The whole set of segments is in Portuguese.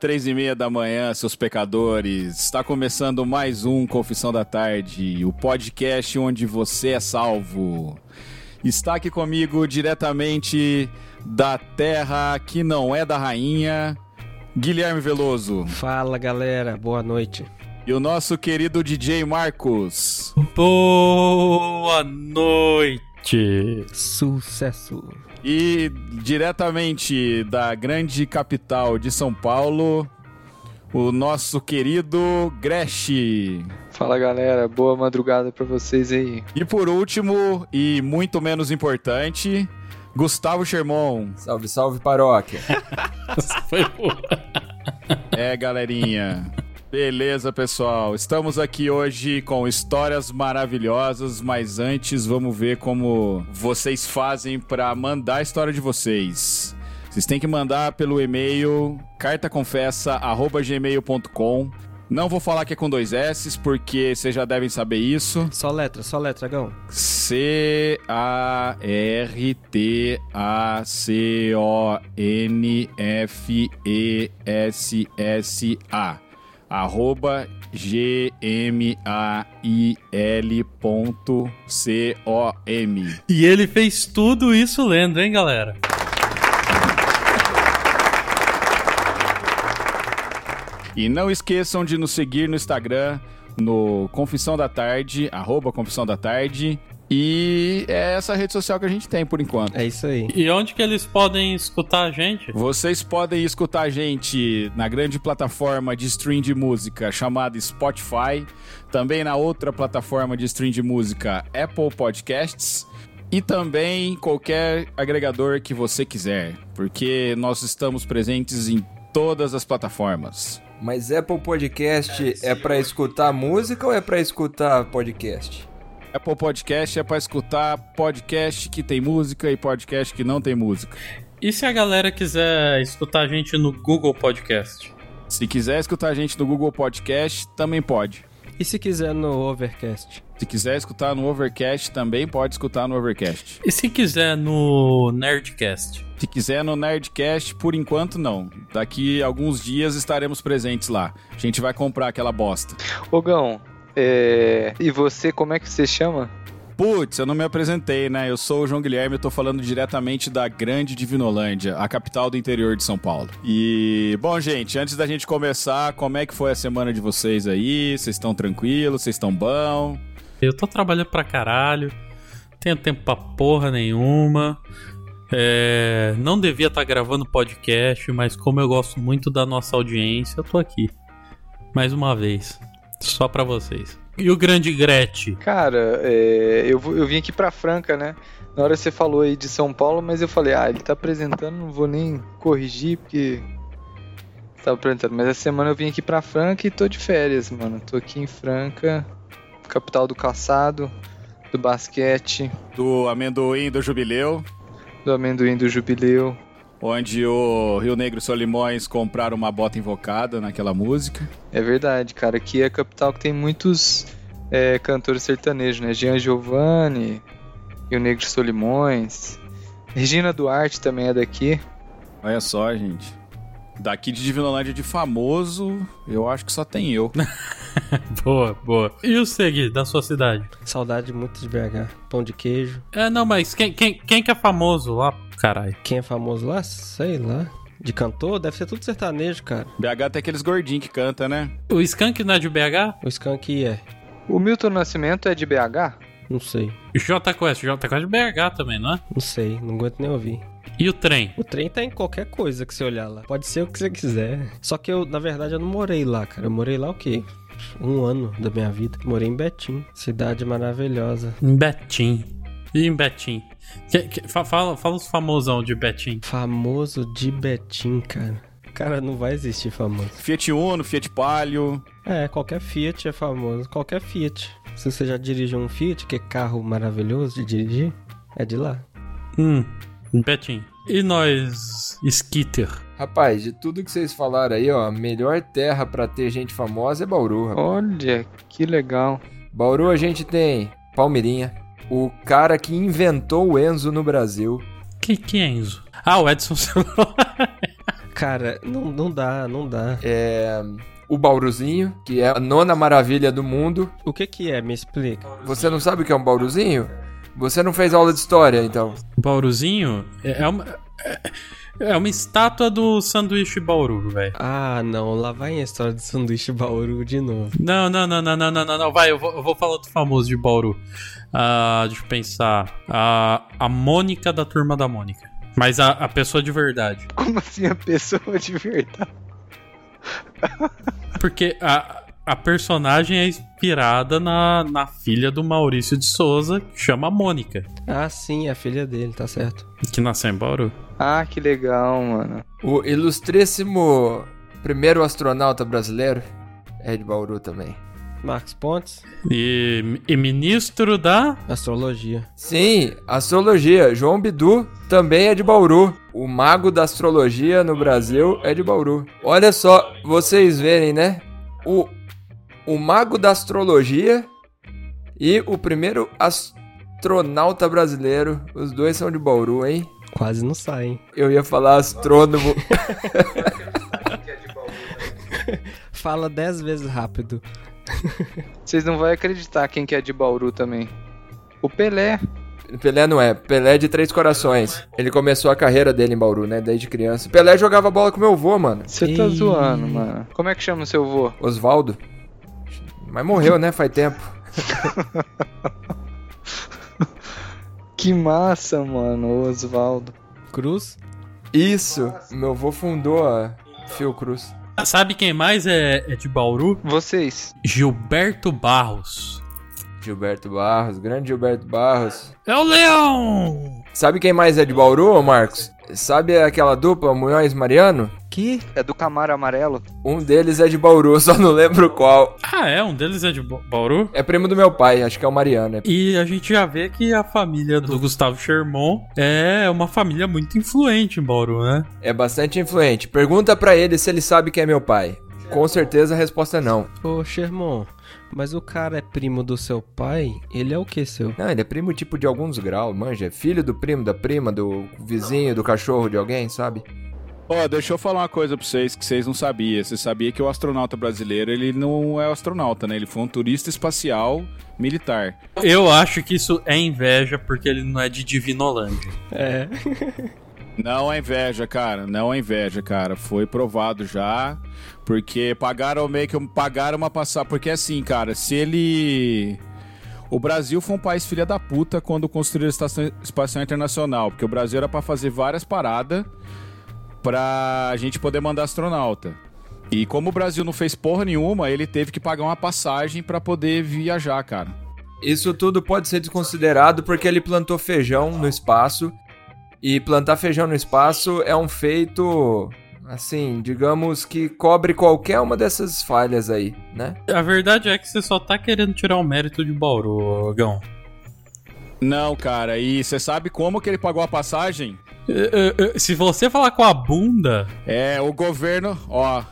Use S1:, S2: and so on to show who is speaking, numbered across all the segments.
S1: três e meia da manhã, seus pecadores. Está começando mais um Confissão da Tarde, o podcast onde você é salvo. Está aqui comigo diretamente da terra que não é da rainha, Guilherme Veloso.
S2: Fala galera, boa noite.
S1: E o nosso querido DJ Marcos.
S3: Boa noite.
S2: Sucesso.
S1: E diretamente da grande capital de São Paulo, o nosso querido Gresh.
S4: Fala galera, boa madrugada para vocês aí.
S1: E por último, e muito menos importante, Gustavo Sherman.
S5: Salve, salve paróquia.
S3: Foi boa.
S1: É, galerinha. Beleza, pessoal. Estamos aqui hoje com histórias maravilhosas, mas antes vamos ver como vocês fazem para mandar a história de vocês. Vocês têm que mandar pelo e-mail cartaconfessa@gmail.com. Não vou falar que é com dois S's, porque vocês já devem saber isso.
S2: Só letra, só letra, Gão.
S1: C-A-R-T-A-C-O-N-F-E-S-S-A arroba gmail.com.
S3: E ele fez tudo isso lendo, hein, galera?
S1: E não esqueçam de nos seguir no Instagram, no Confissão da Tarde, arroba Confissão da Tarde. E é essa rede social que a gente tem por enquanto.
S2: É isso aí.
S3: E onde que eles podem escutar a gente?
S1: Vocês podem escutar a gente na grande plataforma de stream de música chamada Spotify, também na outra plataforma de stream de música Apple Podcasts e também qualquer agregador que você quiser, porque nós estamos presentes em todas as plataformas.
S5: Mas Apple Podcast é, é para escutar música ou é para escutar podcast?
S1: Apple Podcast é para escutar podcast que tem música e podcast que não tem música.
S3: E se a galera quiser escutar a gente no Google Podcast?
S1: Se quiser escutar a gente no Google Podcast, também pode.
S2: E se quiser no Overcast?
S1: Se quiser escutar no Overcast, também pode escutar no Overcast.
S3: E se quiser no Nerdcast?
S1: Se quiser no Nerdcast, por enquanto não. Daqui alguns dias estaremos presentes lá. A gente vai comprar aquela bosta.
S4: Ô Gão, é... E você, como é que você chama?
S1: Putz, eu não me apresentei, né? Eu sou o João Guilherme, eu tô falando diretamente da Grande Divinolândia, a capital do interior de São Paulo. E, bom, gente, antes da gente começar, como é que foi a semana de vocês aí? Vocês estão tranquilos? Vocês estão bom?
S3: Eu tô trabalhando pra caralho, tenho tempo pra porra nenhuma. É... Não devia estar tá gravando podcast, mas como eu gosto muito da nossa audiência, eu tô aqui. Mais uma vez só para vocês. E o grande Gretchen?
S4: Cara, é, eu, eu vim aqui pra Franca, né? Na hora você falou aí de São Paulo, mas eu falei, ah, ele tá apresentando, não vou nem corrigir, porque tava apresentando. Mas essa semana eu vim aqui pra Franca e tô de férias, mano. Tô aqui em Franca, capital do caçado, do basquete.
S1: Do amendoim do jubileu.
S4: Do amendoim do jubileu.
S1: Onde o Rio Negro Solimões compraram uma bota invocada naquela música.
S4: É verdade, cara. Aqui é a capital que tem muitos é, cantores sertanejos, né? Jean Giovanni e o Negro Solimões. Regina Duarte também é daqui.
S1: Olha só, gente. Daqui de Divinolândia de famoso, eu acho que só tem eu.
S3: boa, boa. E o Segui, da sua cidade?
S2: Saudade muito de BH. Pão de queijo.
S3: É, não, mas quem, quem, quem que é famoso lá, caralho?
S2: Quem é famoso lá? Sei lá. De cantor? Deve ser tudo sertanejo, cara.
S1: BH tem aqueles gordinhos que canta, né?
S3: O Skank não é de BH?
S2: O Skank é.
S4: O Milton Nascimento é de BH?
S2: Não sei.
S3: J Quest, J Quest é de BH também, não é?
S2: Não sei, não aguento nem ouvir.
S3: E o trem?
S2: O trem tá em qualquer coisa que você olhar lá. Pode ser o que você quiser. Só que eu, na verdade, eu não morei lá, cara. Eu morei lá o quê? Um ano da minha vida. Morei em Betim. Cidade maravilhosa.
S3: Em Betim. E em Betim? Que, que, fala, fala os famosão de Betim.
S2: Famoso de Betim, cara. Cara, não vai existir famoso.
S1: Fiat Uno, Fiat Palio.
S2: É, qualquer Fiat é famoso. Qualquer Fiat. Se você já dirigiu um Fiat, que é carro maravilhoso de dirigir, é de lá.
S3: Hum. Betim. E nós, Skitter?
S5: Rapaz, de tudo que vocês falaram aí, ó, a melhor terra para ter gente famosa é Bauru, rapaz.
S4: Olha, que legal.
S5: Bauru a gente tem Palmeirinha, o cara que inventou o Enzo no Brasil.
S3: Que que é Enzo? Ah, o Edson Celulari.
S2: Cara, não, não dá, não dá.
S5: O Bauruzinho, que é a nona maravilha do mundo.
S2: O que que é? Me explica.
S5: Você não sabe o que é um Bauruzinho? Você não fez aula de história, então.
S3: Bauruzinho é é uma, é- é uma estátua do sanduíche Bauru, velho.
S2: Ah, não, lá vai a história de sanduíche Bauru de novo.
S3: Não, não, não, não, não, não, não, não. Vai, eu vou, eu vou falar do famoso de Bauru. Ah, deixa eu pensar. A, a Mônica da turma da Mônica. Mas a, a pessoa de verdade.
S4: Como assim a pessoa de verdade?
S3: Porque a, a personagem é inspirada na, na filha do Maurício de Souza, que chama Mônica,
S2: Ah, sim, é a filha dele, tá certo.
S3: que nasceu em Bauru.
S4: Ah, que legal, mano.
S5: O ilustríssimo primeiro astronauta brasileiro é de Bauru também.
S2: Marcos Pontes,
S3: E, e ministro da.
S2: astrologia.
S5: Sim, astrologia. João Bidu também é de Bauru. O mago da astrologia no Brasil é de Bauru. Olha só, vocês verem, né? O, o mago da astrologia e o primeiro astronauta brasileiro. Os dois são de Bauru, hein?
S2: Quase não sai, hein?
S5: Eu ia falar astrônomo.
S2: Fala dez vezes rápido.
S4: Vocês não vão acreditar quem que é de Bauru também. O Pelé.
S5: Pelé não é. Pelé é de Três Corações. Ele começou a carreira dele em Bauru, né? Desde criança. Pelé jogava bola com meu avô, mano.
S4: Você tá
S2: Ei.
S4: zoando, mano. Como é que chama o seu vô?
S5: Osvaldo. Mas morreu, né? Faz tempo.
S4: Que massa, mano. O Osvaldo.
S2: Cruz?
S5: Isso. Meu avô fundou a Fiocruz.
S3: Sabe quem mais é, é de Bauru?
S4: Vocês.
S3: Gilberto Barros.
S5: Gilberto Barros, grande Gilberto Barros.
S3: É o Leão!
S5: Sabe quem mais é de Bauru, ô Marcos? Sabe aquela dupla Munhões Mariano?
S2: Que?
S4: É do Camaro Amarelo?
S5: Um deles é de Bauru, só não lembro qual.
S3: Ah, é, um deles é de Ba- Bauru.
S5: É primo do meu pai, acho que é o Mariano. é.
S3: E a gente já vê que a família do Gustavo Sherman é uma família muito influente em Bauru, né?
S5: É bastante influente. Pergunta pra ele se ele sabe quem é meu pai. Com certeza a resposta é não.
S2: Ô, Sherman, mas o cara é primo do seu pai? Ele é o que, seu?
S5: Não, ele é primo tipo de alguns graus, manja. É filho do primo, da prima, do vizinho, do cachorro de alguém, sabe?
S1: Ó, deixa eu falar uma coisa pra vocês que vocês não sabiam. Você sabia que o astronauta brasileiro, ele não é astronauta, né? Ele foi um turista espacial militar.
S3: Eu acho que isso é inveja porque ele não é de Divinolândia.
S2: É.
S1: Não é inveja, cara. Não é inveja, cara. Foi provado já. Porque pagaram meio que um, pagaram uma passar. Porque assim, cara, se ele. O Brasil foi um país filha da puta quando construíram a Estação Espacial Internacional. Porque o Brasil era pra fazer várias paradas pra gente poder mandar astronauta. E como o Brasil não fez porra nenhuma, ele teve que pagar uma passagem pra poder viajar, cara.
S5: Isso tudo pode ser desconsiderado porque ele plantou feijão no espaço. E plantar feijão no espaço é um feito, assim, digamos que cobre qualquer uma dessas falhas aí, né?
S3: A verdade é que você só tá querendo tirar o mérito de Bauru, Gão.
S1: Não, cara, e você sabe como que ele pagou a passagem?
S3: É, é, é, Se você falar com a bunda,
S1: É, o governo, ó.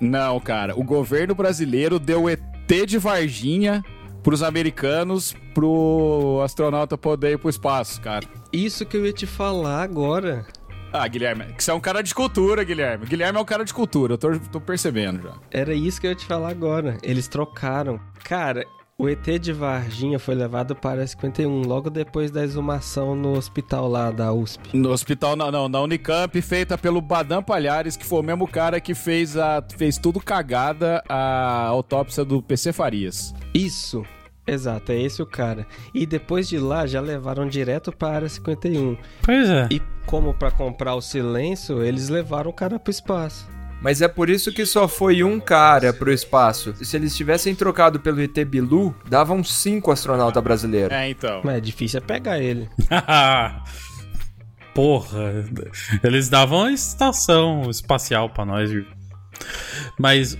S1: Não, cara. O governo brasileiro deu o ET de Varginha pros americanos pro astronauta poder ir pro espaço, cara.
S2: Isso que eu ia te falar agora.
S1: Ah, Guilherme, que você é um cara de cultura, Guilherme. Guilherme é um cara de cultura, eu tô, tô percebendo já.
S2: Era isso que eu ia te falar agora. Eles trocaram. Cara, o ET de Varginha foi levado para a 51, logo depois da exumação no hospital lá da USP.
S1: No hospital, não, não, na Unicamp, feita pelo Badam Palhares, que foi o mesmo cara que fez, a, fez tudo cagada a autópsia do PC Farias.
S2: Isso. Exato, é esse o cara. E depois de lá já levaram direto para a 51.
S3: pois é.
S2: E como pra comprar o silêncio, eles levaram o cara pro espaço.
S5: Mas é por isso que só foi um cara pro espaço. Se eles tivessem trocado pelo ET Bilu, davam cinco astronauta brasileiros.
S1: É, então.
S2: Mas é difícil é pegar ele.
S3: Porra, eles davam a estação espacial pra nós. Mas,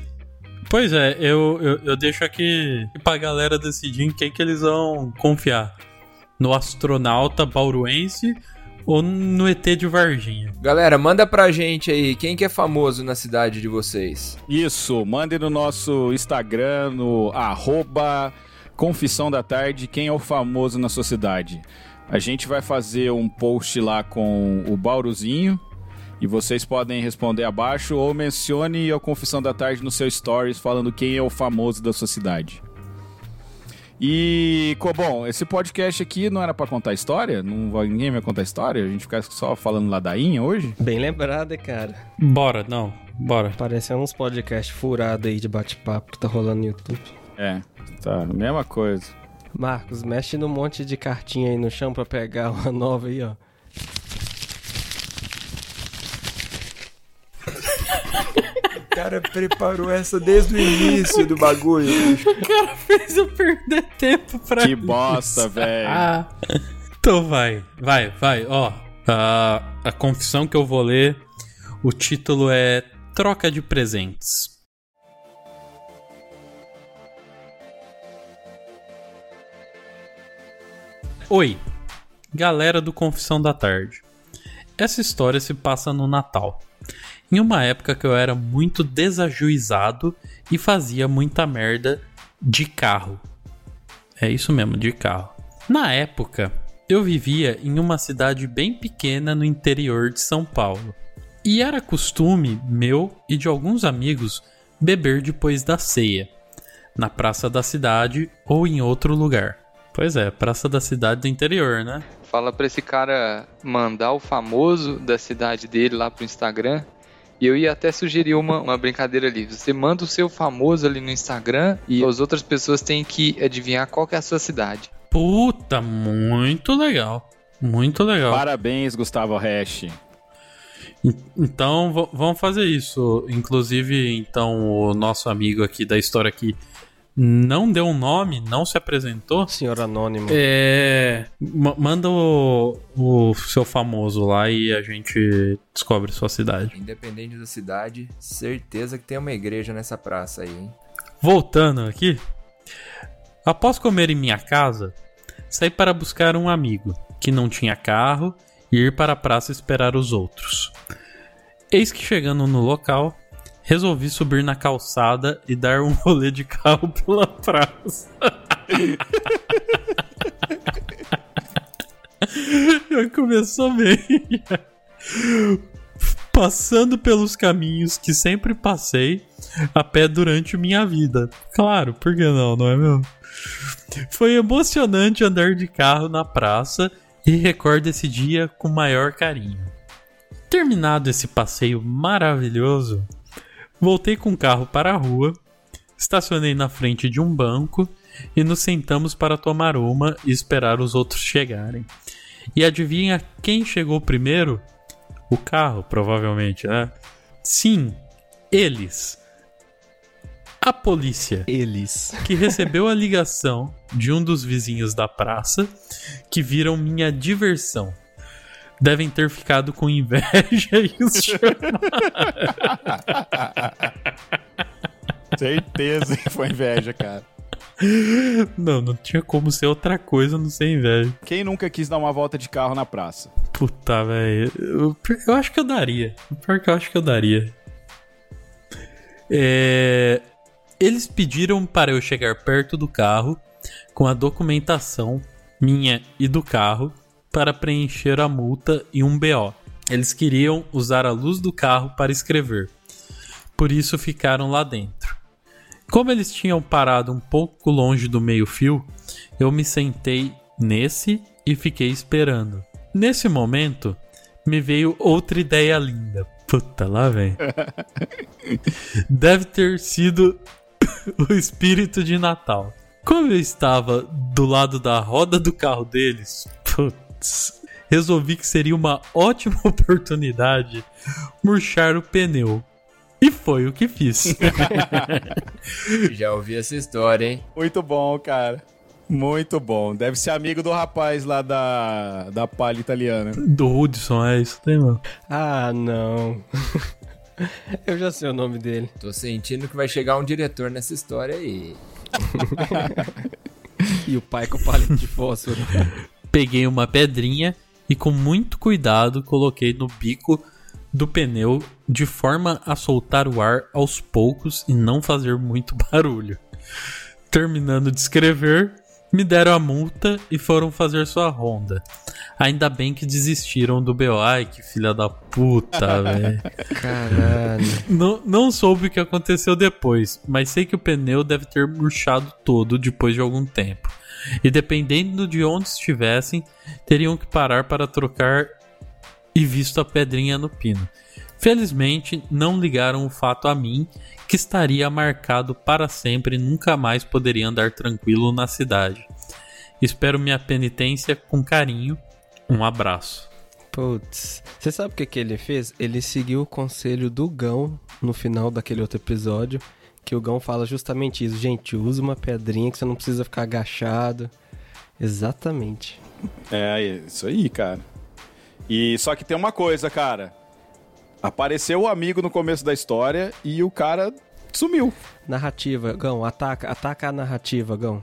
S3: pois é, eu, eu, eu deixo aqui pra galera decidir em quem que eles vão confiar. No astronauta bauruense ou no ET de Varginha?
S5: Galera, manda pra gente aí quem que é famoso na cidade de vocês.
S1: Isso, mandem no nosso Instagram, no arroba Confissão da Tarde, quem é o famoso na sociedade. A gente vai fazer um post lá com o Bauruzinho E vocês podem responder abaixo ou mencione a Confissão da Tarde no seu stories falando quem é o famoso da sua cidade. E, co- bom, esse podcast aqui não era pra contar história? Não vai, ninguém vai contar história? A gente ficar só falando ladainha hoje?
S2: Bem lembrada, cara.
S3: Bora, não, bora.
S2: Parece uns podcasts furados aí de bate-papo que tá rolando no YouTube.
S1: É, tá, mesma coisa.
S2: Marcos, mexe no monte de cartinha aí no chão pra pegar uma nova aí, ó.
S5: O cara preparou essa desde o início do bagulho, bicho.
S3: O cara fez eu perder tempo pra.
S1: Que bosta, velho.
S3: Ah. Então vai, vai, vai, ó. A, a confissão que eu vou ler, o título é Troca de Presentes. Oi, galera do Confissão da Tarde. Essa história se passa no Natal, em uma época que eu era muito desajuizado e fazia muita merda de carro. É isso mesmo, de carro. Na época, eu vivia em uma cidade bem pequena no interior de São Paulo. E era costume meu e de alguns amigos beber depois da ceia, na praça da cidade ou em outro lugar. Pois é, praça da cidade do interior, né?
S4: Fala pra esse cara mandar o famoso da cidade dele lá pro Instagram. E eu ia até sugerir uma, uma brincadeira ali. Você manda o seu famoso ali no Instagram e as outras pessoas têm que adivinhar qual que é a sua cidade.
S3: Puta, muito legal. Muito legal.
S1: Parabéns, Gustavo Hash.
S3: Então v- vamos fazer isso. Inclusive, então, o nosso amigo aqui da história que não deu um nome, não se apresentou.
S2: Senhor Anônimo.
S3: É. ma- Manda o, o seu famoso lá e a gente descobre sua cidade.
S5: Independente da cidade, certeza que tem uma igreja nessa praça aí, hein?
S3: Voltando aqui. Após comer em minha casa, saí para buscar um amigo que não tinha carro e ir para a praça esperar os outros. Eis que chegando no local, resolvi subir na calçada e dar um rolê de carro pela praça. Já começou bem. Passando pelos caminhos que sempre passei a pé durante minha vida. Claro, por que não, não é mesmo? Foi emocionante andar de carro na praça e recordo esse dia com maior carinho. Terminado esse passeio maravilhoso, voltei com o carro para a rua, estacionei na frente de um banco e nos sentamos para tomar uma e esperar os outros chegarem. E adivinha quem chegou primeiro? O carro, provavelmente, né? Sim, eles. A polícia
S2: Eles.
S3: que recebeu a ligação de um dos vizinhos da praça que viram minha diversão. Devem ter ficado com inveja e os chamaram.
S1: Certeza que foi inveja, cara.
S3: Não, não tinha como ser outra coisa não ser inveja.
S1: Quem nunca quis dar uma volta de carro na praça?
S3: Puta, velho. Eu, eu acho que eu daria. O pior que eu acho que eu daria. É, Eles pediram para eu chegar perto do carro com a documentação minha e do carro para preencher a multa e um BO. Eles queriam usar a luz do carro para escrever. Por isso ficaram lá dentro. Como eles tinham parado um pouco longe do meio-fio, eu me sentei nesse e fiquei esperando. Nesse momento, me veio outra ideia linda. Puta lá, velho. Deve ter sido o espírito de Natal. Como eu estava do lado da roda do carro deles, putz, resolvi que seria uma ótima oportunidade murchar o pneu. E foi o que fiz.
S5: Já ouvi essa história, hein?
S1: Muito bom, cara. Muito bom. Deve ser amigo do rapaz lá da, da palha italiana.
S3: Do Hudson, é isso aí, mano.
S2: Ah, não. Eu já sei o nome dele.
S5: Tô sentindo que vai chegar um diretor nessa história aí.
S2: E o pai com o palito de fósforo.
S3: Peguei uma pedrinha e com muito cuidado coloquei no bico do pneu de forma a soltar o ar aos poucos e não fazer muito barulho. Terminando de escrever, Me deram a multa e foram fazer sua ronda. Ainda bem que desistiram do BO. Ai, que filha da puta, velho.
S2: Caralho.
S3: Não, não soube o que aconteceu depois, mas sei que o pneu deve ter murchado todo depois de algum tempo. E dependendo de onde estivessem, teriam que parar para trocar e visto a pedrinha no pino. Felizmente, não ligaram o fato a mim, que estaria marcado para sempre e nunca mais poderia andar tranquilo na cidade. Espero minha penitência com carinho. Um abraço.
S2: Putz. Você sabe o que, que ele fez? Ele seguiu o conselho do Gão no final daquele outro episódio. Que o Gão fala justamente isso. Gente, usa uma pedrinha que você não precisa ficar agachado. Exatamente.
S1: É, isso aí, cara. E só que tem uma coisa, cara. Apareceu o amigo no começo da história e o cara sumiu.
S2: Narrativa, Gão, ataca, ataca a narrativa, Gão.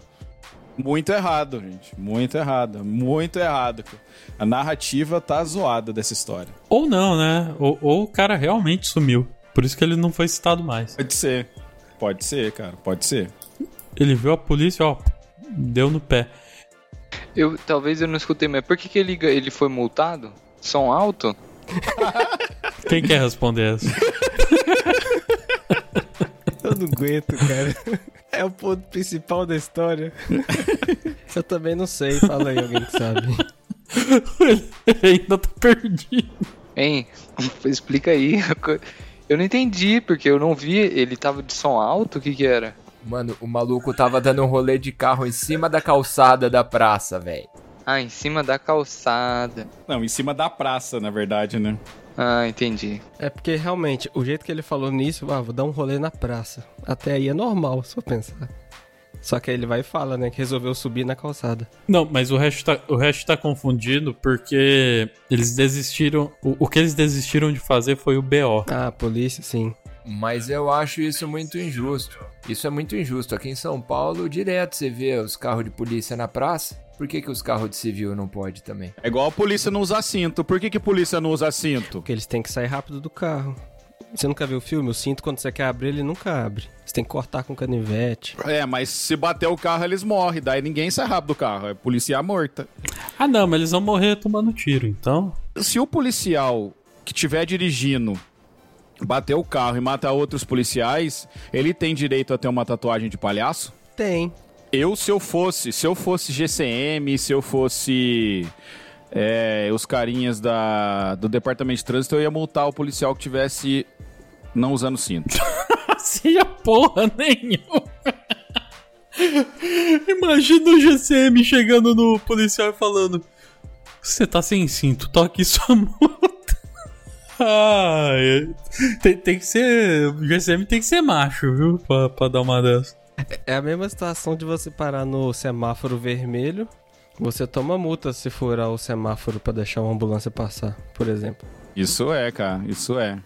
S1: Muito errado, gente. Muito errado. Muito errado. cara. A narrativa tá zoada dessa história.
S3: Ou não, né? Ou, ou o cara realmente sumiu. Por isso que ele não foi citado mais.
S1: Pode ser. Pode ser, cara. Pode ser.
S3: Ele viu a polícia, ó, deu no pé.
S4: Eu, talvez eu não escutei, mas por que, que ele, ga- ele foi multado? Som alto?
S3: Quem quer responder essa?
S2: Eu não aguento, cara. É o ponto principal da história. Eu também não sei. Fala aí, alguém que sabe.
S3: ele ainda tá perdido.
S4: Hein? Explica aí. Eu não entendi, porque eu não vi. Ele tava de som alto? O que que era?
S5: Mano, o maluco tava dando um rolê de carro em cima da calçada da praça, velho.
S4: Ah, em cima da calçada.
S1: Não, em cima da praça, na verdade, né?
S4: Ah, entendi.
S2: É porque realmente, o jeito que ele falou nisso, ah, vou dar um rolê na praça. Até aí é normal, só pensar. Só que aí ele vai e fala, né, que resolveu subir na calçada.
S3: Não, mas o resto tá, o resto tá confundido porque eles desistiram. O, o que eles desistiram de fazer foi o BO.
S2: Ah, polícia, sim.
S5: Mas eu acho isso muito injusto. Isso é muito injusto. Aqui em São Paulo, direto você vê os carros de polícia na praça. Por que, que os carros de civil não pode também?
S1: É igual a polícia não usar cinto. Por que, que polícia não usa cinto?
S2: Porque eles têm que sair rápido do carro. Você nunca viu o filme? O cinto, quando você quer abrir, ele nunca abre. Você tem que cortar com canivete.
S1: É, mas se bater o carro, eles morrem. Daí ninguém sai rápido do carro. É policial morta.
S3: Ah, não, mas eles vão morrer tomando tiro, então.
S1: Se o policial que estiver dirigindo bater o carro e matar outros policiais, ele tem direito a ter uma tatuagem de palhaço?
S2: Tem.
S1: Eu, se eu fosse, se eu fosse GCM, se eu fosse é, os carinhas da, do departamento de trânsito, eu ia multar o policial que tivesse não usando cinto.
S3: Assim a porra nenhuma. Imagina o GCM chegando no policial e falando: Você tá sem cinto, toque sua multa. Ah, é- tem, tem que ser. O GCM tem que ser macho, viu? Pra, pra dar uma dessa.
S2: É a mesma situação de você parar no semáforo vermelho. Você toma multa se furar o semáforo pra deixar uma ambulância passar, por exemplo.
S1: Isso é, cara, isso é.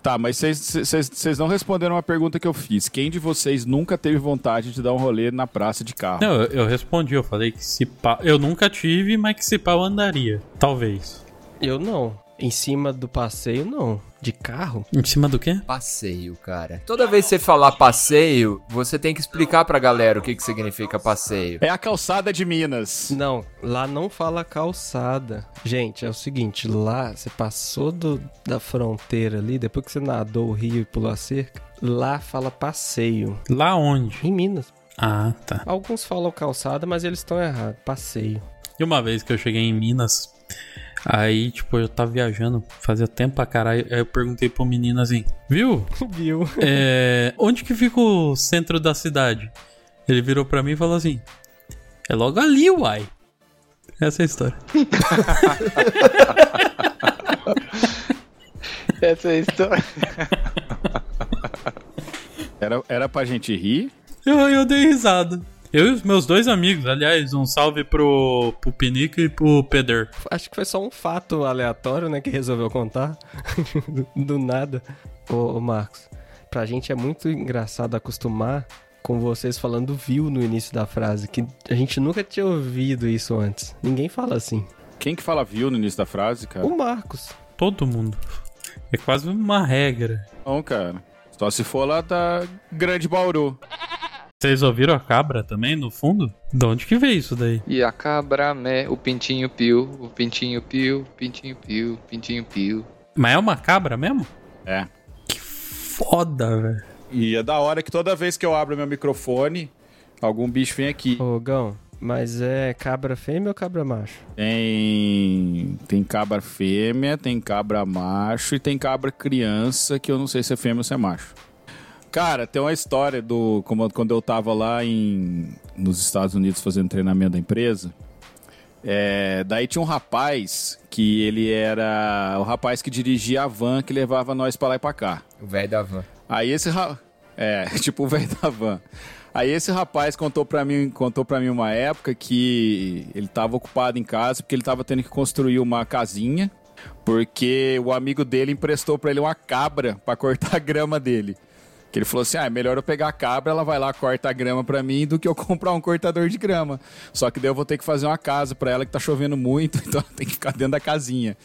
S1: Tá, mas vocês- vocês vocês não responderam uma pergunta que eu fiz. Quem de vocês nunca teve vontade de dar um rolê na praça de carro?
S3: Não, eu, eu respondi, eu falei que se pá. Eu nunca tive, mas que se pá eu andaria. Talvez.
S2: Eu não. Em cima do passeio, não. De carro?
S3: Em cima do quê?
S5: Passeio, cara. Toda vez que você falar passeio, você tem que explicar pra galera o que, que significa passeio.
S1: É a calçada de Minas.
S2: Não, lá não fala calçada. Gente, é o seguinte, lá você passou do- da fronteira ali, depois que você nadou o rio e pulou a cerca, lá fala passeio.
S3: Lá onde?
S2: Em Minas.
S3: Ah, tá.
S2: Alguns falam calçada, mas eles estão errados. Passeio.
S3: E uma vez que eu cheguei em Minas, aí, tipo, eu tava viajando, fazia tempo pra caralho. Aí eu perguntei pro menino assim: Viu?
S2: Viu?
S3: É, onde que fica o centro da cidade? Ele virou pra mim e falou assim: É logo ali, uai. Essa é a história.
S4: Essa é a história.
S1: Era, era pra gente rir?
S3: Eu, eu dei risada. Eu e os meus dois amigos, aliás, um salve pro, pro Pinico e pro Peder.
S2: Acho que foi só um fato aleatório, né, que resolveu contar. do, do nada. Ô, ô, Marcos, pra gente é muito engraçado acostumar com vocês falando viu no início da frase, que a gente nunca tinha ouvido isso antes. Ninguém fala assim.
S1: Quem que fala viu no início da frase, cara?
S2: O Marcos.
S3: Todo mundo. É quase uma regra.
S1: Não, cara. Só se for lá da Grande Bauru.
S3: Vocês ouviram a cabra também, no fundo? De onde que veio isso daí?
S4: E a cabra, mé, o pintinho piu, o pintinho piu, o pintinho piu, o pintinho piu.
S3: Mas é uma cabra mesmo?
S1: É.
S3: Que foda, velho.
S1: E é da hora que toda vez que eu abro meu microfone, algum bicho vem aqui.
S2: Ô, Gão, mas é cabra fêmea ou cabra macho?
S1: Tem. Tem cabra fêmea, tem cabra macho e tem cabra criança, que eu não sei se é fêmea ou se é macho. Cara, tem uma história do. como- Quando eu tava lá em, nos Estados Unidos fazendo treinamento da empresa. é, daí tinha um rapaz que ele era o rapaz que dirigia a van que levava nós pra lá e pra cá.
S5: O velho da van.
S1: Aí esse ra... é, tipo o velho da van. Aí esse rapaz contou pra mim, contou para mim uma época que ele tava ocupado em casa porque ele tava tendo que construir uma casinha, porque o amigo dele emprestou pra ele uma cabra pra cortar a grama dele. Que ele falou assim: "Ah, é melhor eu pegar a cabra, ela vai lá corta a grama pra mim do que eu comprar um cortador de grama. Só que daí eu vou ter que fazer uma casa pra ela que tá chovendo muito, então ela tem que ficar dentro da casinha."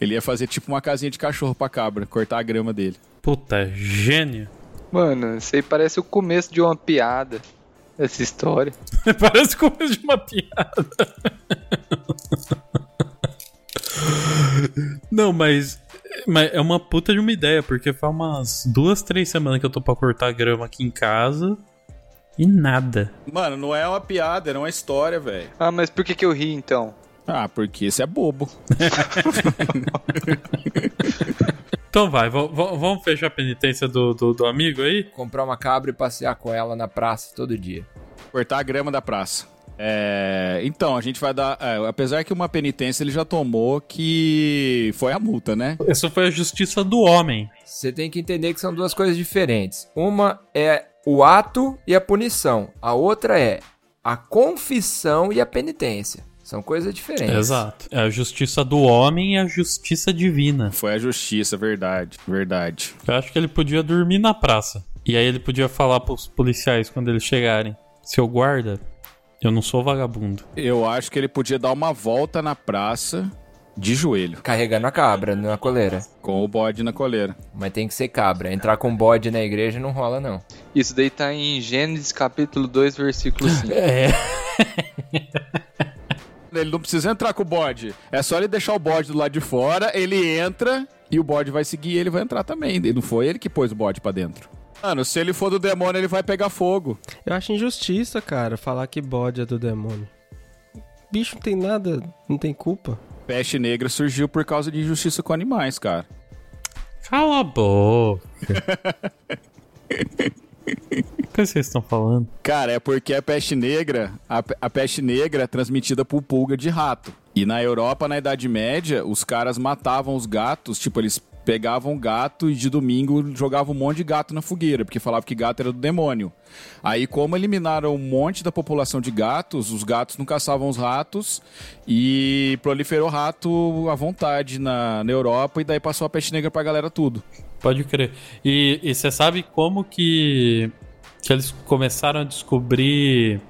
S1: Ele ia fazer tipo uma casinha de cachorro pra cabra, cortar a grama dele.
S3: Puta, gênio.
S4: Mano, isso aí parece o começo de uma piada. Essa história.
S3: Parece começo de uma piada. Não, mas, mas é uma puta de uma ideia, porque faz umas duas, três semanas que eu tô pra cortar grama aqui em casa e nada.
S1: Mano, não é uma piada, era uma história, velho.
S4: Ah, mas por que que eu ri então?
S1: Ah, porque esse é bobo.
S3: Então vai, va- va- vamos fechar a penitência do, do, do amigo aí?
S5: Comprar uma cabra e passear com ela na praça todo dia.
S1: Cortar a grama da praça. É, então, a gente vai dar. é, apesar que uma penitência ele já tomou, que foi a multa, né?
S3: Essa foi a justiça do homem.
S5: Você tem que entender que são duas coisas diferentes. Uma é o ato e a punição. A outra é a confissão e a penitência. São coisas diferentes.
S3: Exato. É a justiça do homem e a justiça divina.
S1: Foi a justiça, verdade, verdade.
S3: Eu acho que ele podia dormir na praça. E aí ele podia falar pros policiais quando eles chegarem: Seu guarda, eu não sou vagabundo.
S1: Eu acho que ele podia dar uma volta na praça de joelho,
S5: Carregando a cabra na coleira.
S1: com o bode na coleira.
S5: Mas tem que ser cabra. Entrar com bode na igreja não rola, não.
S4: Isso daí tá em Gênesis capítulo 2, versículo 5.
S3: É.
S1: Ele não precisa entrar com o bode. É só ele deixar o bode do lado de fora, ele entra e o bode vai seguir e ele vai entrar também. E não foi ele que pôs o bode pra dentro. Mano, se ele for do demônio, ele vai pegar fogo.
S2: Eu acho injustiça, cara, falar que bode é do demônio. Bicho não tem nada, não tem culpa.
S1: Peste negra surgiu por causa de injustiça com animais, cara.
S3: Cala a boca. O que vocês estão falando?
S1: Cara, é porque a peste negra, a, pe- a peste negra é transmitida por pulga de rato. E na Europa, na Idade Média, os caras matavam os gatos, tipo, eles pegavam gato e de domingo jogavam um monte de gato na fogueira, porque falavam que gato era do demônio. Aí, como eliminaram um monte da população de gatos, os gatos não caçavam os ratos e proliferou rato à vontade na, na Europa, e daí passou a peste negra pra galera tudo.
S3: Pode crer. E e você sabe como que, que eles começaram a descobrir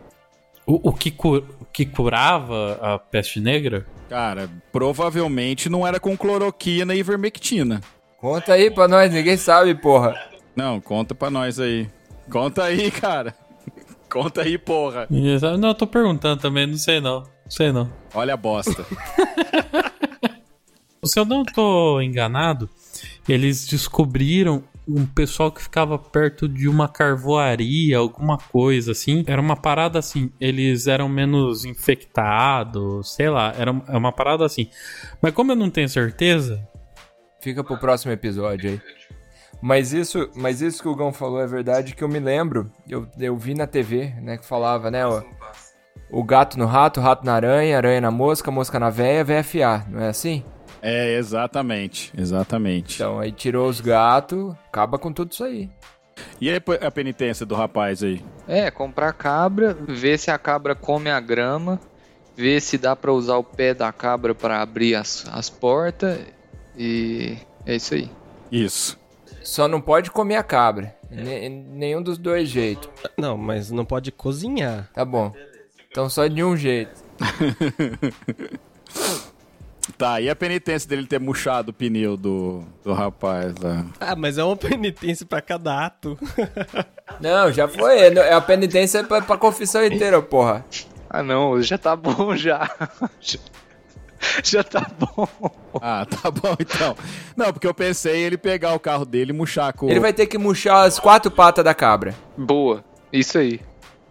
S3: o, o que, cu- o que curava a peste negra?
S1: Cara, provavelmente não era com cloroquina e ivermectina.
S5: Conta aí pra nós, ninguém sabe, porra.
S1: Não, conta pra nós aí. Conta aí, cara. Conta aí, porra.
S3: E eles falam, Não, eu tô perguntando também, não sei não. Não sei não.
S1: Olha a bosta.
S3: Se eu não tô enganado, eles descobriram um pessoal que ficava perto de uma carvoaria, alguma coisa assim. Era uma parada assim, eles eram menos infectados, sei lá, era uma- é uma parada assim. Mas como eu não tenho certeza,
S5: Fica pro próximo episódio aí. Mas isso, mas isso que o Gão falou é verdade que eu me lembro. Eu, eu vi na TV, né, que falava, né, o, o gato no rato, o rato na aranha, aranha na mosca, mosca na véia, véia fiar, não é assim?
S1: é, exatamente. Exatamente.
S5: Então aí tirou os gatos, acaba com tudo isso aí.
S1: E aí p- a penitência do rapaz aí?
S4: É, comprar cabra, ver se a cabra come a grama, ver se dá pra usar o pé da cabra pra abrir as, as portas e é isso aí.
S1: Isso.
S5: Só não pode comer a cabra. Ne- nenhum dos dois jeitos.
S2: Não, mas não pode cozinhar.
S5: Tá bom. Então só de um jeito.
S1: Tá, e a penitência dele ter murchado o pneu do, do rapaz né? lá?
S2: Ah, mas é uma penitência pra cada ato.
S5: Não, já foi. é, não, É a penitência pra, pra confissão inteira, porra.
S4: Ah não, já tá bom já. Já- Já tá bom.
S1: Ah, tá bom então. Não, porque eu pensei ele pegar o carro dele e murchar com.
S5: Ele vai ter que murchar as quatro patas da cabra.
S4: Boa, isso aí.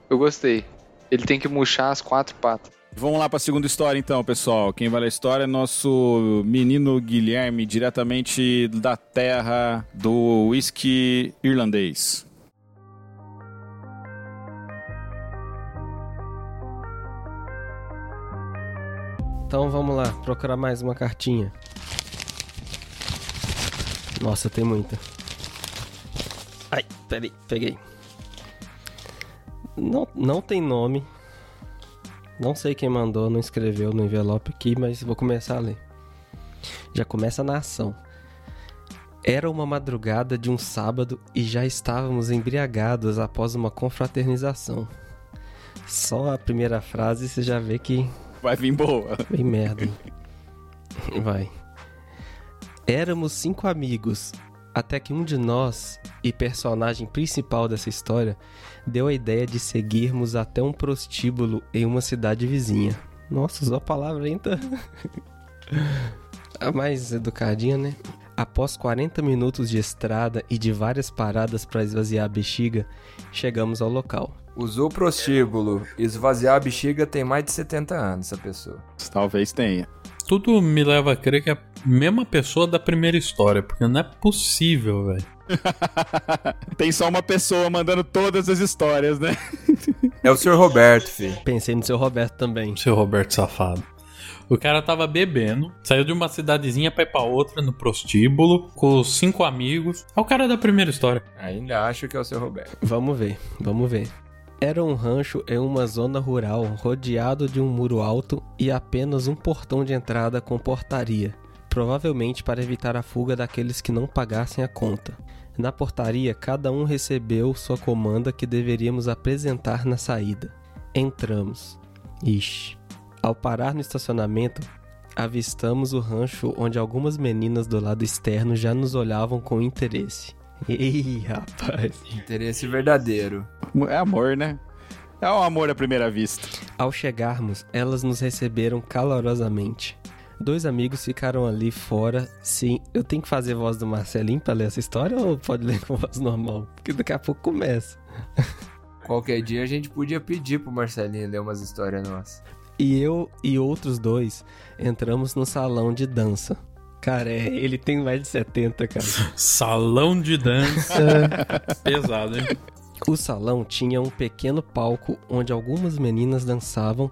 S4: Eu gostei. Ele tem que murchar as quatro patas.
S1: Vamos lá pra segunda história então, pessoal. Quem vale a história é nosso menino Guilherme, diretamente da terra do whisky irlandês.
S2: Então vamos lá, procurar mais uma cartinha. Nossa, tem muita. Ai, peraí, peguei. Não, não tem nome. Não sei quem mandou, não escreveu no envelope aqui, mas vou começar a ler. Já começa na ação. Era uma madrugada de um sábado e já estávamos embriagados após uma confraternização. Só a primeira frase você já vê que
S1: Vai vir boa.
S2: Bem merda. hein? Vai. Éramos cinco amigos, até que um de nós, e personagem principal dessa história, deu a ideia de seguirmos até um prostíbulo em uma cidade vizinha. Nossa, usou a palavra ainda. A mais educadinha, né? Após 40 minutos de estrada e de várias paradas para esvaziar a bexiga, chegamos ao local.
S5: Usou prostíbulo. Esvaziar a bexiga tem mais de 70 anos, essa pessoa.
S1: Talvez tenha.
S3: Tudo me leva a crer que é a mesma pessoa da primeira história, porque não é possível, velho.
S1: Tem só uma pessoa mandando todas as histórias, né?
S5: É o senhor Roberto, filho.
S2: Pensei no seu Roberto também.
S3: Seu Roberto Safado. O cara tava bebendo, saiu de uma cidadezinha pra ir pra outra no prostíbulo, com os cinco amigos. É o cara da primeira história.
S5: Ainda acho que é o seu Roberto.
S2: Vamos ver, vamos ver. Era um rancho em uma zona rural, rodeado de um muro alto e apenas um portão de entrada com portaria, provavelmente para evitar a fuga daqueles que não pagassem a conta. Na portaria, cada um recebeu sua comanda que deveríamos apresentar na saída. Entramos. Ixi. Ao parar no estacionamento, avistamos o rancho onde algumas meninas do lado externo já nos olhavam com interesse. Ei, rapaz.
S5: Interesse verdadeiro.
S1: É amor, né? É um amor à primeira vista.
S2: Ao chegarmos, elas nos receberam calorosamente. Dois amigos ficaram ali fora. Sim, eu tenho que fazer voz do Marcelinho pra ler essa história ou pode ler com voz normal? Porque daqui a pouco começa.
S5: Qualquer dia a gente podia pedir pro Marcelinho ler umas histórias nossas.
S2: E eu e outros dois entramos no salão de dança. Cara, é- ele tem mais de 70, cara.
S3: Salão de dança. Pesado, hein?
S2: O salão tinha um pequeno palco onde algumas meninas dançavam.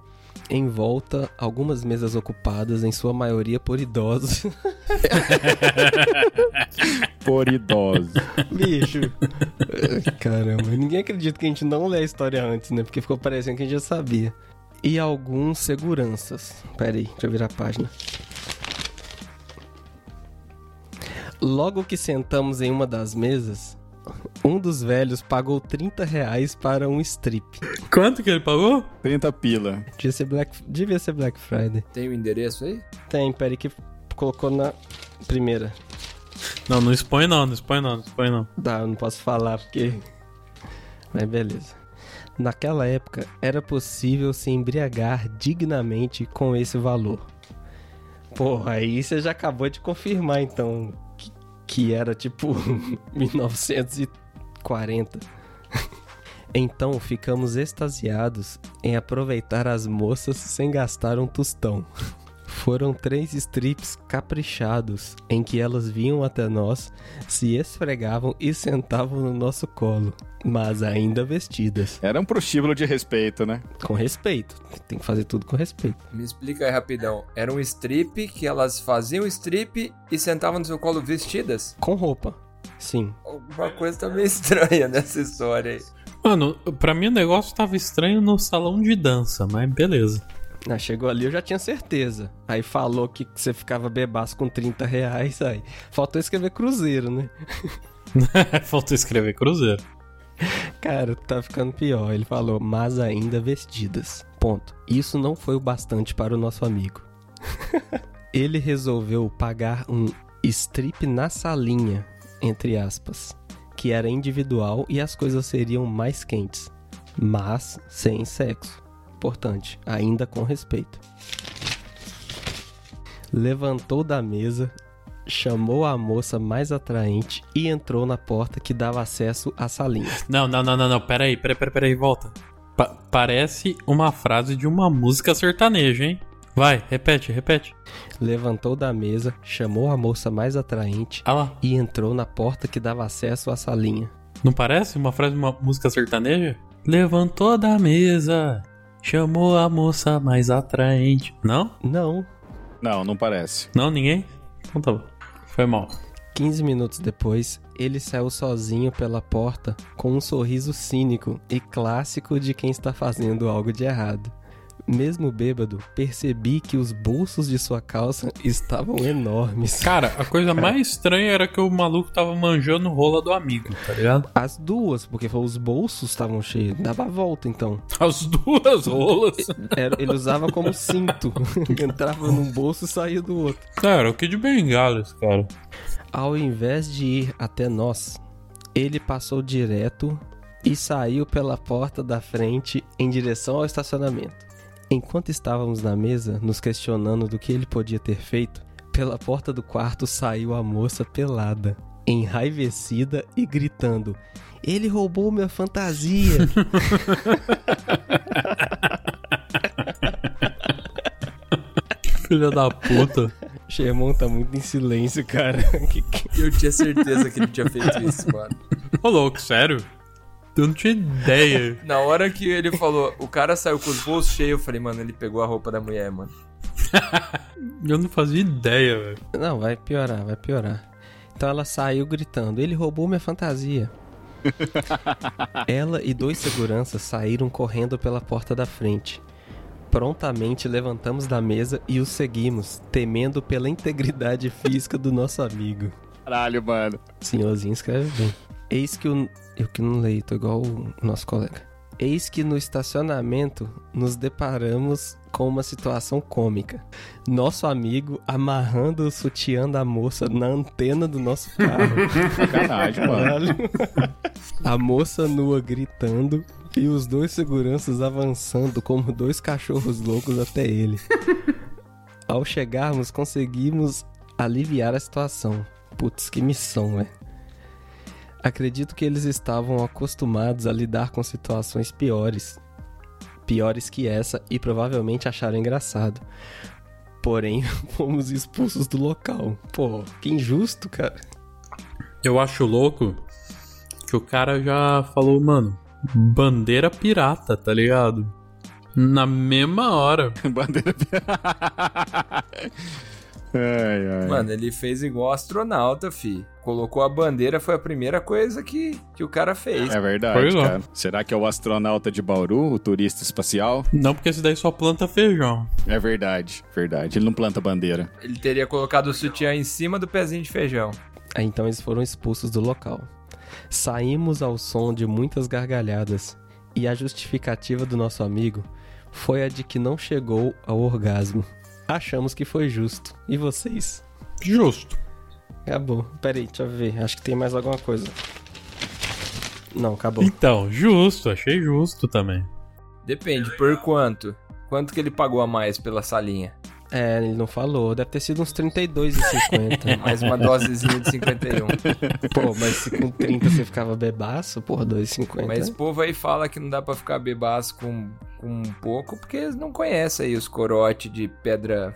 S2: Em volta, algumas mesas ocupadas, em sua maioria por idosos.
S1: Por idosos.
S2: Bicho. Caramba, ninguém acredita que a gente não lê a história antes, né? Porque ficou parecendo que a gente já sabia. E alguns seguranças. Pera aí, deixa eu virar a página. Logo que sentamos em uma das mesas, um dos velhos pagou 30 reais para um strip.
S3: Quanto que ele pagou?
S1: 30 pila.
S2: Devia ser Black, devia ser Black Friday.
S5: Tem o endereço aí?
S2: Tem, pera aí, que colocou na primeira.
S3: Não, não expõe não, não expõe não, não expõe não.
S2: Tá, eu não posso falar porque. Mas beleza. Naquela época era possível se embriagar dignamente com esse valor. Porra, aí você já acabou de confirmar então que, que era tipo 1940. Então ficamos extasiados em aproveitar as moças sem gastar um tostão. Foram três strips caprichados em que elas vinham até nós, se esfregavam e sentavam no nosso colo, mas ainda vestidas.
S1: Era um prostíbulo de respeito, né?
S2: Com respeito, tem que fazer tudo com respeito.
S5: Me explica aí rapidão. Era um strip que elas faziam strip e sentavam no seu colo vestidas?
S2: Com roupa, sim.
S5: Alguma coisa tá meio estranha nessa história aí.
S3: Mano, pra mim o negócio tava estranho no salão de dança, mas beleza.
S2: Ah, chegou ali, eu já tinha certeza. Aí falou que você ficava bebaço com 30 reais, aí faltou escrever cruzeiro, né?
S3: É, Faltou escrever Cruzeiro.
S2: Cara, tá ficando pior. Ele falou, mas ainda vestidas. Ponto. Isso não foi o bastante para o nosso amigo. Ele resolveu pagar um strip na salinha, entre aspas, que era individual e as coisas seriam mais quentes, mas sem sexo. Importante, ainda com respeito. Levantou da mesa, chamou a moça mais atraente e entrou na porta que dava acesso à salinha.
S3: Não, não, não, não, não. Peraí, peraí, peraí, peraí, volta. Pa- parece uma frase de uma música sertaneja, hein? Vai, repete, repete.
S2: Levantou da mesa, chamou a moça mais atraente
S3: Ah lá.
S2: e entrou na porta que dava acesso à salinha.
S3: Não parece uma frase de uma música sertaneja? Levantou da mesa, chamou a moça mais atraente. Não?
S2: Não,
S1: Não, não parece.
S3: Não, ninguém? Então tá bom. Foi mal.
S2: 15 minutos depois, ele saiu sozinho pela porta com um sorriso cínico e clássico de quem está fazendo algo de errado. Mesmo bêbado, percebi que os bolsos de sua calça estavam enormes.
S3: Cara, a coisa mais estranha era que o maluco tava manjando rola do amigo, tá ligado?
S2: As duas, porque foi, os bolsos estavam cheios. Dava a volta então.
S3: As duas rolas.
S2: Era- ele usava como cinto. Entrava num bolso e saía do outro.
S3: Cara, o que de bengala esse cara?
S2: Ao invés de ir até nós, ele passou direto e saiu pela porta da frente em direção ao estacionamento. Enquanto estávamos na mesa, nos questionando do que ele podia ter feito, pela porta do quarto saiu a moça pelada, enraivecida e gritando: Ele roubou minha fantasia!
S3: Filha da puta.
S2: Xermon tá muito em silêncio, cara. Que- que-
S5: Eu tinha certeza que ele tinha feito isso, mano.
S3: Ô louco, sério? Eu não tinha ideia.
S5: Na hora que ele falou, o cara saiu com os bolsos cheios, eu falei, mano, ele pegou a roupa da mulher, mano.
S3: Eu não fazia ideia, velho.
S2: Não, vai piorar, vai piorar. Então ela saiu gritando: Ele roubou minha fantasia. ela e dois seguranças saíram correndo pela porta da frente. Prontamente levantamos da mesa e os seguimos, temendo pela integridade física do nosso amigo.
S1: Caralho, mano.
S2: Senhorzinho escreve bem. Eis que o. Eu que não leio, tô igual o nosso colega. Eis que no estacionamento nos deparamos com uma situação cômica. Nosso amigo amarrando o sutiã da moça na antena do nosso carro.
S1: Sacanagem, mano.
S2: A moça nua gritando e os dois seguranças avançando como dois cachorros loucos até ele. Ao chegarmos, conseguimos aliviar a situação. Putz, que missão, é. Acredito que eles estavam acostumados a lidar com situações piores. Piores que essa e provavelmente acharam engraçado. Porém, fomos expulsos do local. Pô, que injusto, cara.
S3: Eu acho louco que o cara já falou, mano, bandeira pirata, tá ligado? Na mesma hora.
S1: Bandeira pirata. ai, ai.
S5: Mano, ele fez igual astronauta, fi. Colocou a bandeira, foi a primeira coisa que, que o cara fez.
S1: É
S3: Pois
S1: verdade,
S3: é.
S1: cara. Será que é o astronauta de Bauru, o turista espacial?
S3: Não porque esse daí só planta feijão.
S1: É verdade, verdade. Ele não planta bandeira.
S5: Ele teria colocado o sutiã em cima do pezinho de feijão.
S2: Aí, Então eles foram expulsos do local. Saímos ao som de muitas gargalhadas, e a justificativa do nosso amigo foi a de que não chegou ao orgasmo. Achamos que foi justo. E vocês?
S3: Justo.
S2: Acabou. Peraí, deixa eu ver. Acho que tem mais alguma coisa. Não, acabou.
S3: Então, justo, achei justo também.
S5: Depende, por quanto? Quanto que ele pagou a mais pela salinha?
S2: É, ele não falou. Deve ter sido uns 32,50.
S5: Mais uma dosezinha de 51.
S2: Pô, mas se com 30 você ficava bebaço, porra,
S5: Mas
S2: 2,50.
S5: o povo aí fala que não dá pra ficar bebaço com, com um pouco, porque eles não conhecem aí os corote de pedra.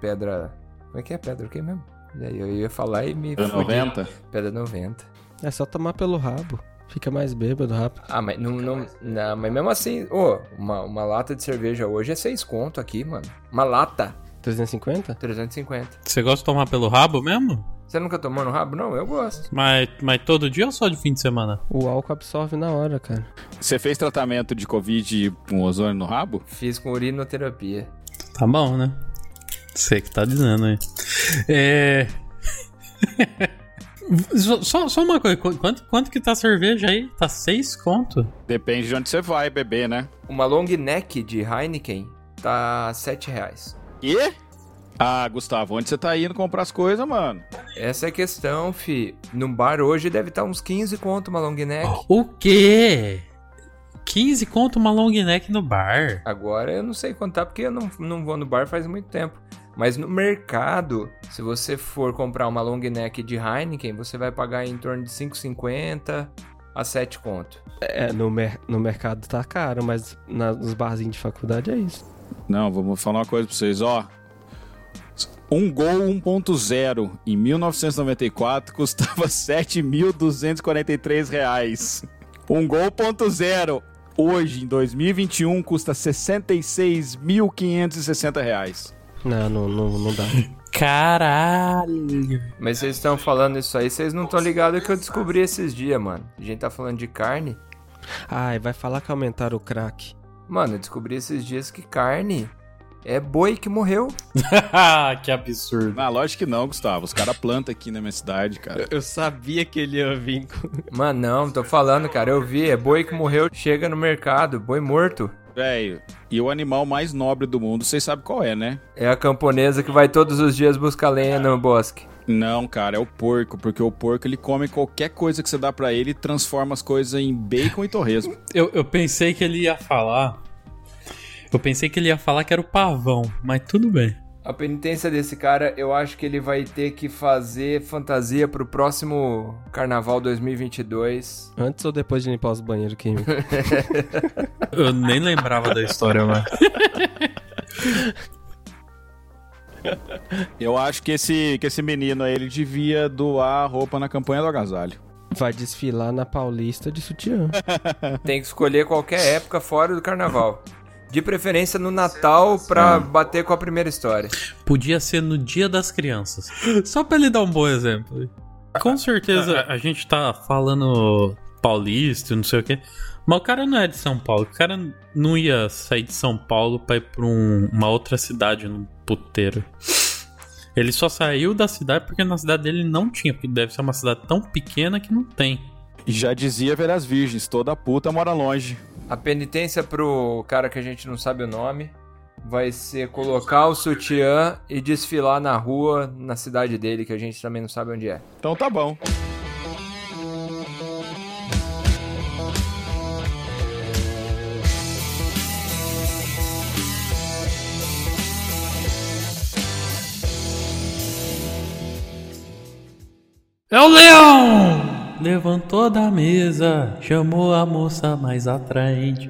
S5: Pedra. Como é que é pedra? O que mesmo? Daí eu ia falar e me.
S1: Ano
S5: fudi.
S1: 90?
S5: Pedra 90.
S2: É só tomar pelo rabo. Fica mais bêbado rápido.
S5: Ah, mas não. não, não mas mesmo assim, ô, uma, uma lata de cerveja hoje é 6 conto aqui, mano. Uma lata,
S2: 350?
S5: 350.
S3: Você gosta de tomar pelo rabo mesmo?
S5: Você nunca tomou no rabo? Não, eu gosto.
S3: Mas, mas todo dia ou só de fim de semana?
S2: O álcool absorve na hora, cara.
S1: Você fez tratamento de Covid com ozônio no rabo?
S5: Fiz com urinoterapia.
S3: Tá bom, né? Sei que tá dizendo aí. É. só, só- só uma coisa, qu- quanto, quanto que tá a cerveja aí? Tá seis conto?
S1: Depende de onde você vai beber, né?
S5: Uma long neck de Heineken tá R$ 7 reais.
S1: Quê? Ah, Gustavo, onde você tá indo comprar as coisas, mano?
S5: Essa é a questão, fi. No bar hoje deve estar uns 15 conto uma long neck.
S3: O quê? 15 conto uma long neck no bar.
S5: Agora eu não sei contar porque eu não, não vou no bar faz muito tempo. Mas no mercado, se você for comprar uma long neck de Heineken, você vai pagar em torno de 5,50 a 7 conto.
S2: É, no, mer no mercado tá caro, mas na- nos barzinhos de faculdade é isso.
S1: Não, vamos falar uma coisa pra vocês, ó. Um Gol 1.0 em 1994 custava R$ 7.243. reais. Um Gol 1.0 hoje em 2021 custa R$ 66.560. reais.
S2: Não, não, não, não dá.
S3: Caralho.
S5: Mas vocês estão falando isso aí, vocês não estão ligados que eu descobri esses dias, mano. A gente tá falando de carne.
S2: Ai, vai falar que aumentaram o crack.
S5: Mano, eu descobri esses dias que carne é boi que morreu.
S3: Ah, que absurdo.
S1: Na Ah, lógico que não, Gustavo. Os caras plantam aqui na minha cidade, cara.
S2: Eu sabia que ele ia vir com...
S5: Mano, não, tô falando, cara. Eu vi, é boi que morreu, chega no mercado, boi morto.
S1: Velho, e o animal mais nobre do mundo, vocês sabem qual é, né?
S5: É a camponesa que vai todos os dias buscar lenha no bosque.
S1: Não, cara, é o porco, porque o porco ele come qualquer coisa que você dá pra ele e transforma as coisas em bacon e torresmo.
S3: Eu, eu pensei que ele ia falar. Eu pensei que ele ia falar que era o pavão, mas tudo bem.
S5: A penitência desse cara, eu acho que ele vai ter que fazer fantasia pro próximo carnaval 2022.
S2: Antes ou depois de limpar os banheiros químicos?
S3: Eu nem lembrava da história, mano.
S1: Eu acho que esse, que esse menino aí, ele devia doar roupa na campanha do agasalho.
S2: Vai desfilar na Paulista de sutiã.
S5: Tem que escolher qualquer época fora do carnaval. De preferência no Natal pra bater com a primeira história.
S3: Podia ser no Dia das Crianças. Só pra ele dar um bom exemplo. Com certeza a gente tá falando paulista, não sei o quê. Mas o cara não é de São Paulo. O cara não ia sair de São Paulo pra ir pra um- uma outra cidade, num puteiro. Ele só saiu da cidade porque na cidade dele não tinha. Porque deve ser uma cidade tão pequena que não tem.
S1: Já dizia Veras Virgens, toda puta mora longe.
S5: A penitência pro cara que a gente não sabe o nome vai ser colocar o sutiã e desfilar na rua, na cidade dele, que a gente também não sabe onde é.
S1: Então tá bom.
S3: É o leão! Levantou da mesa, chamou a moça mais atraente.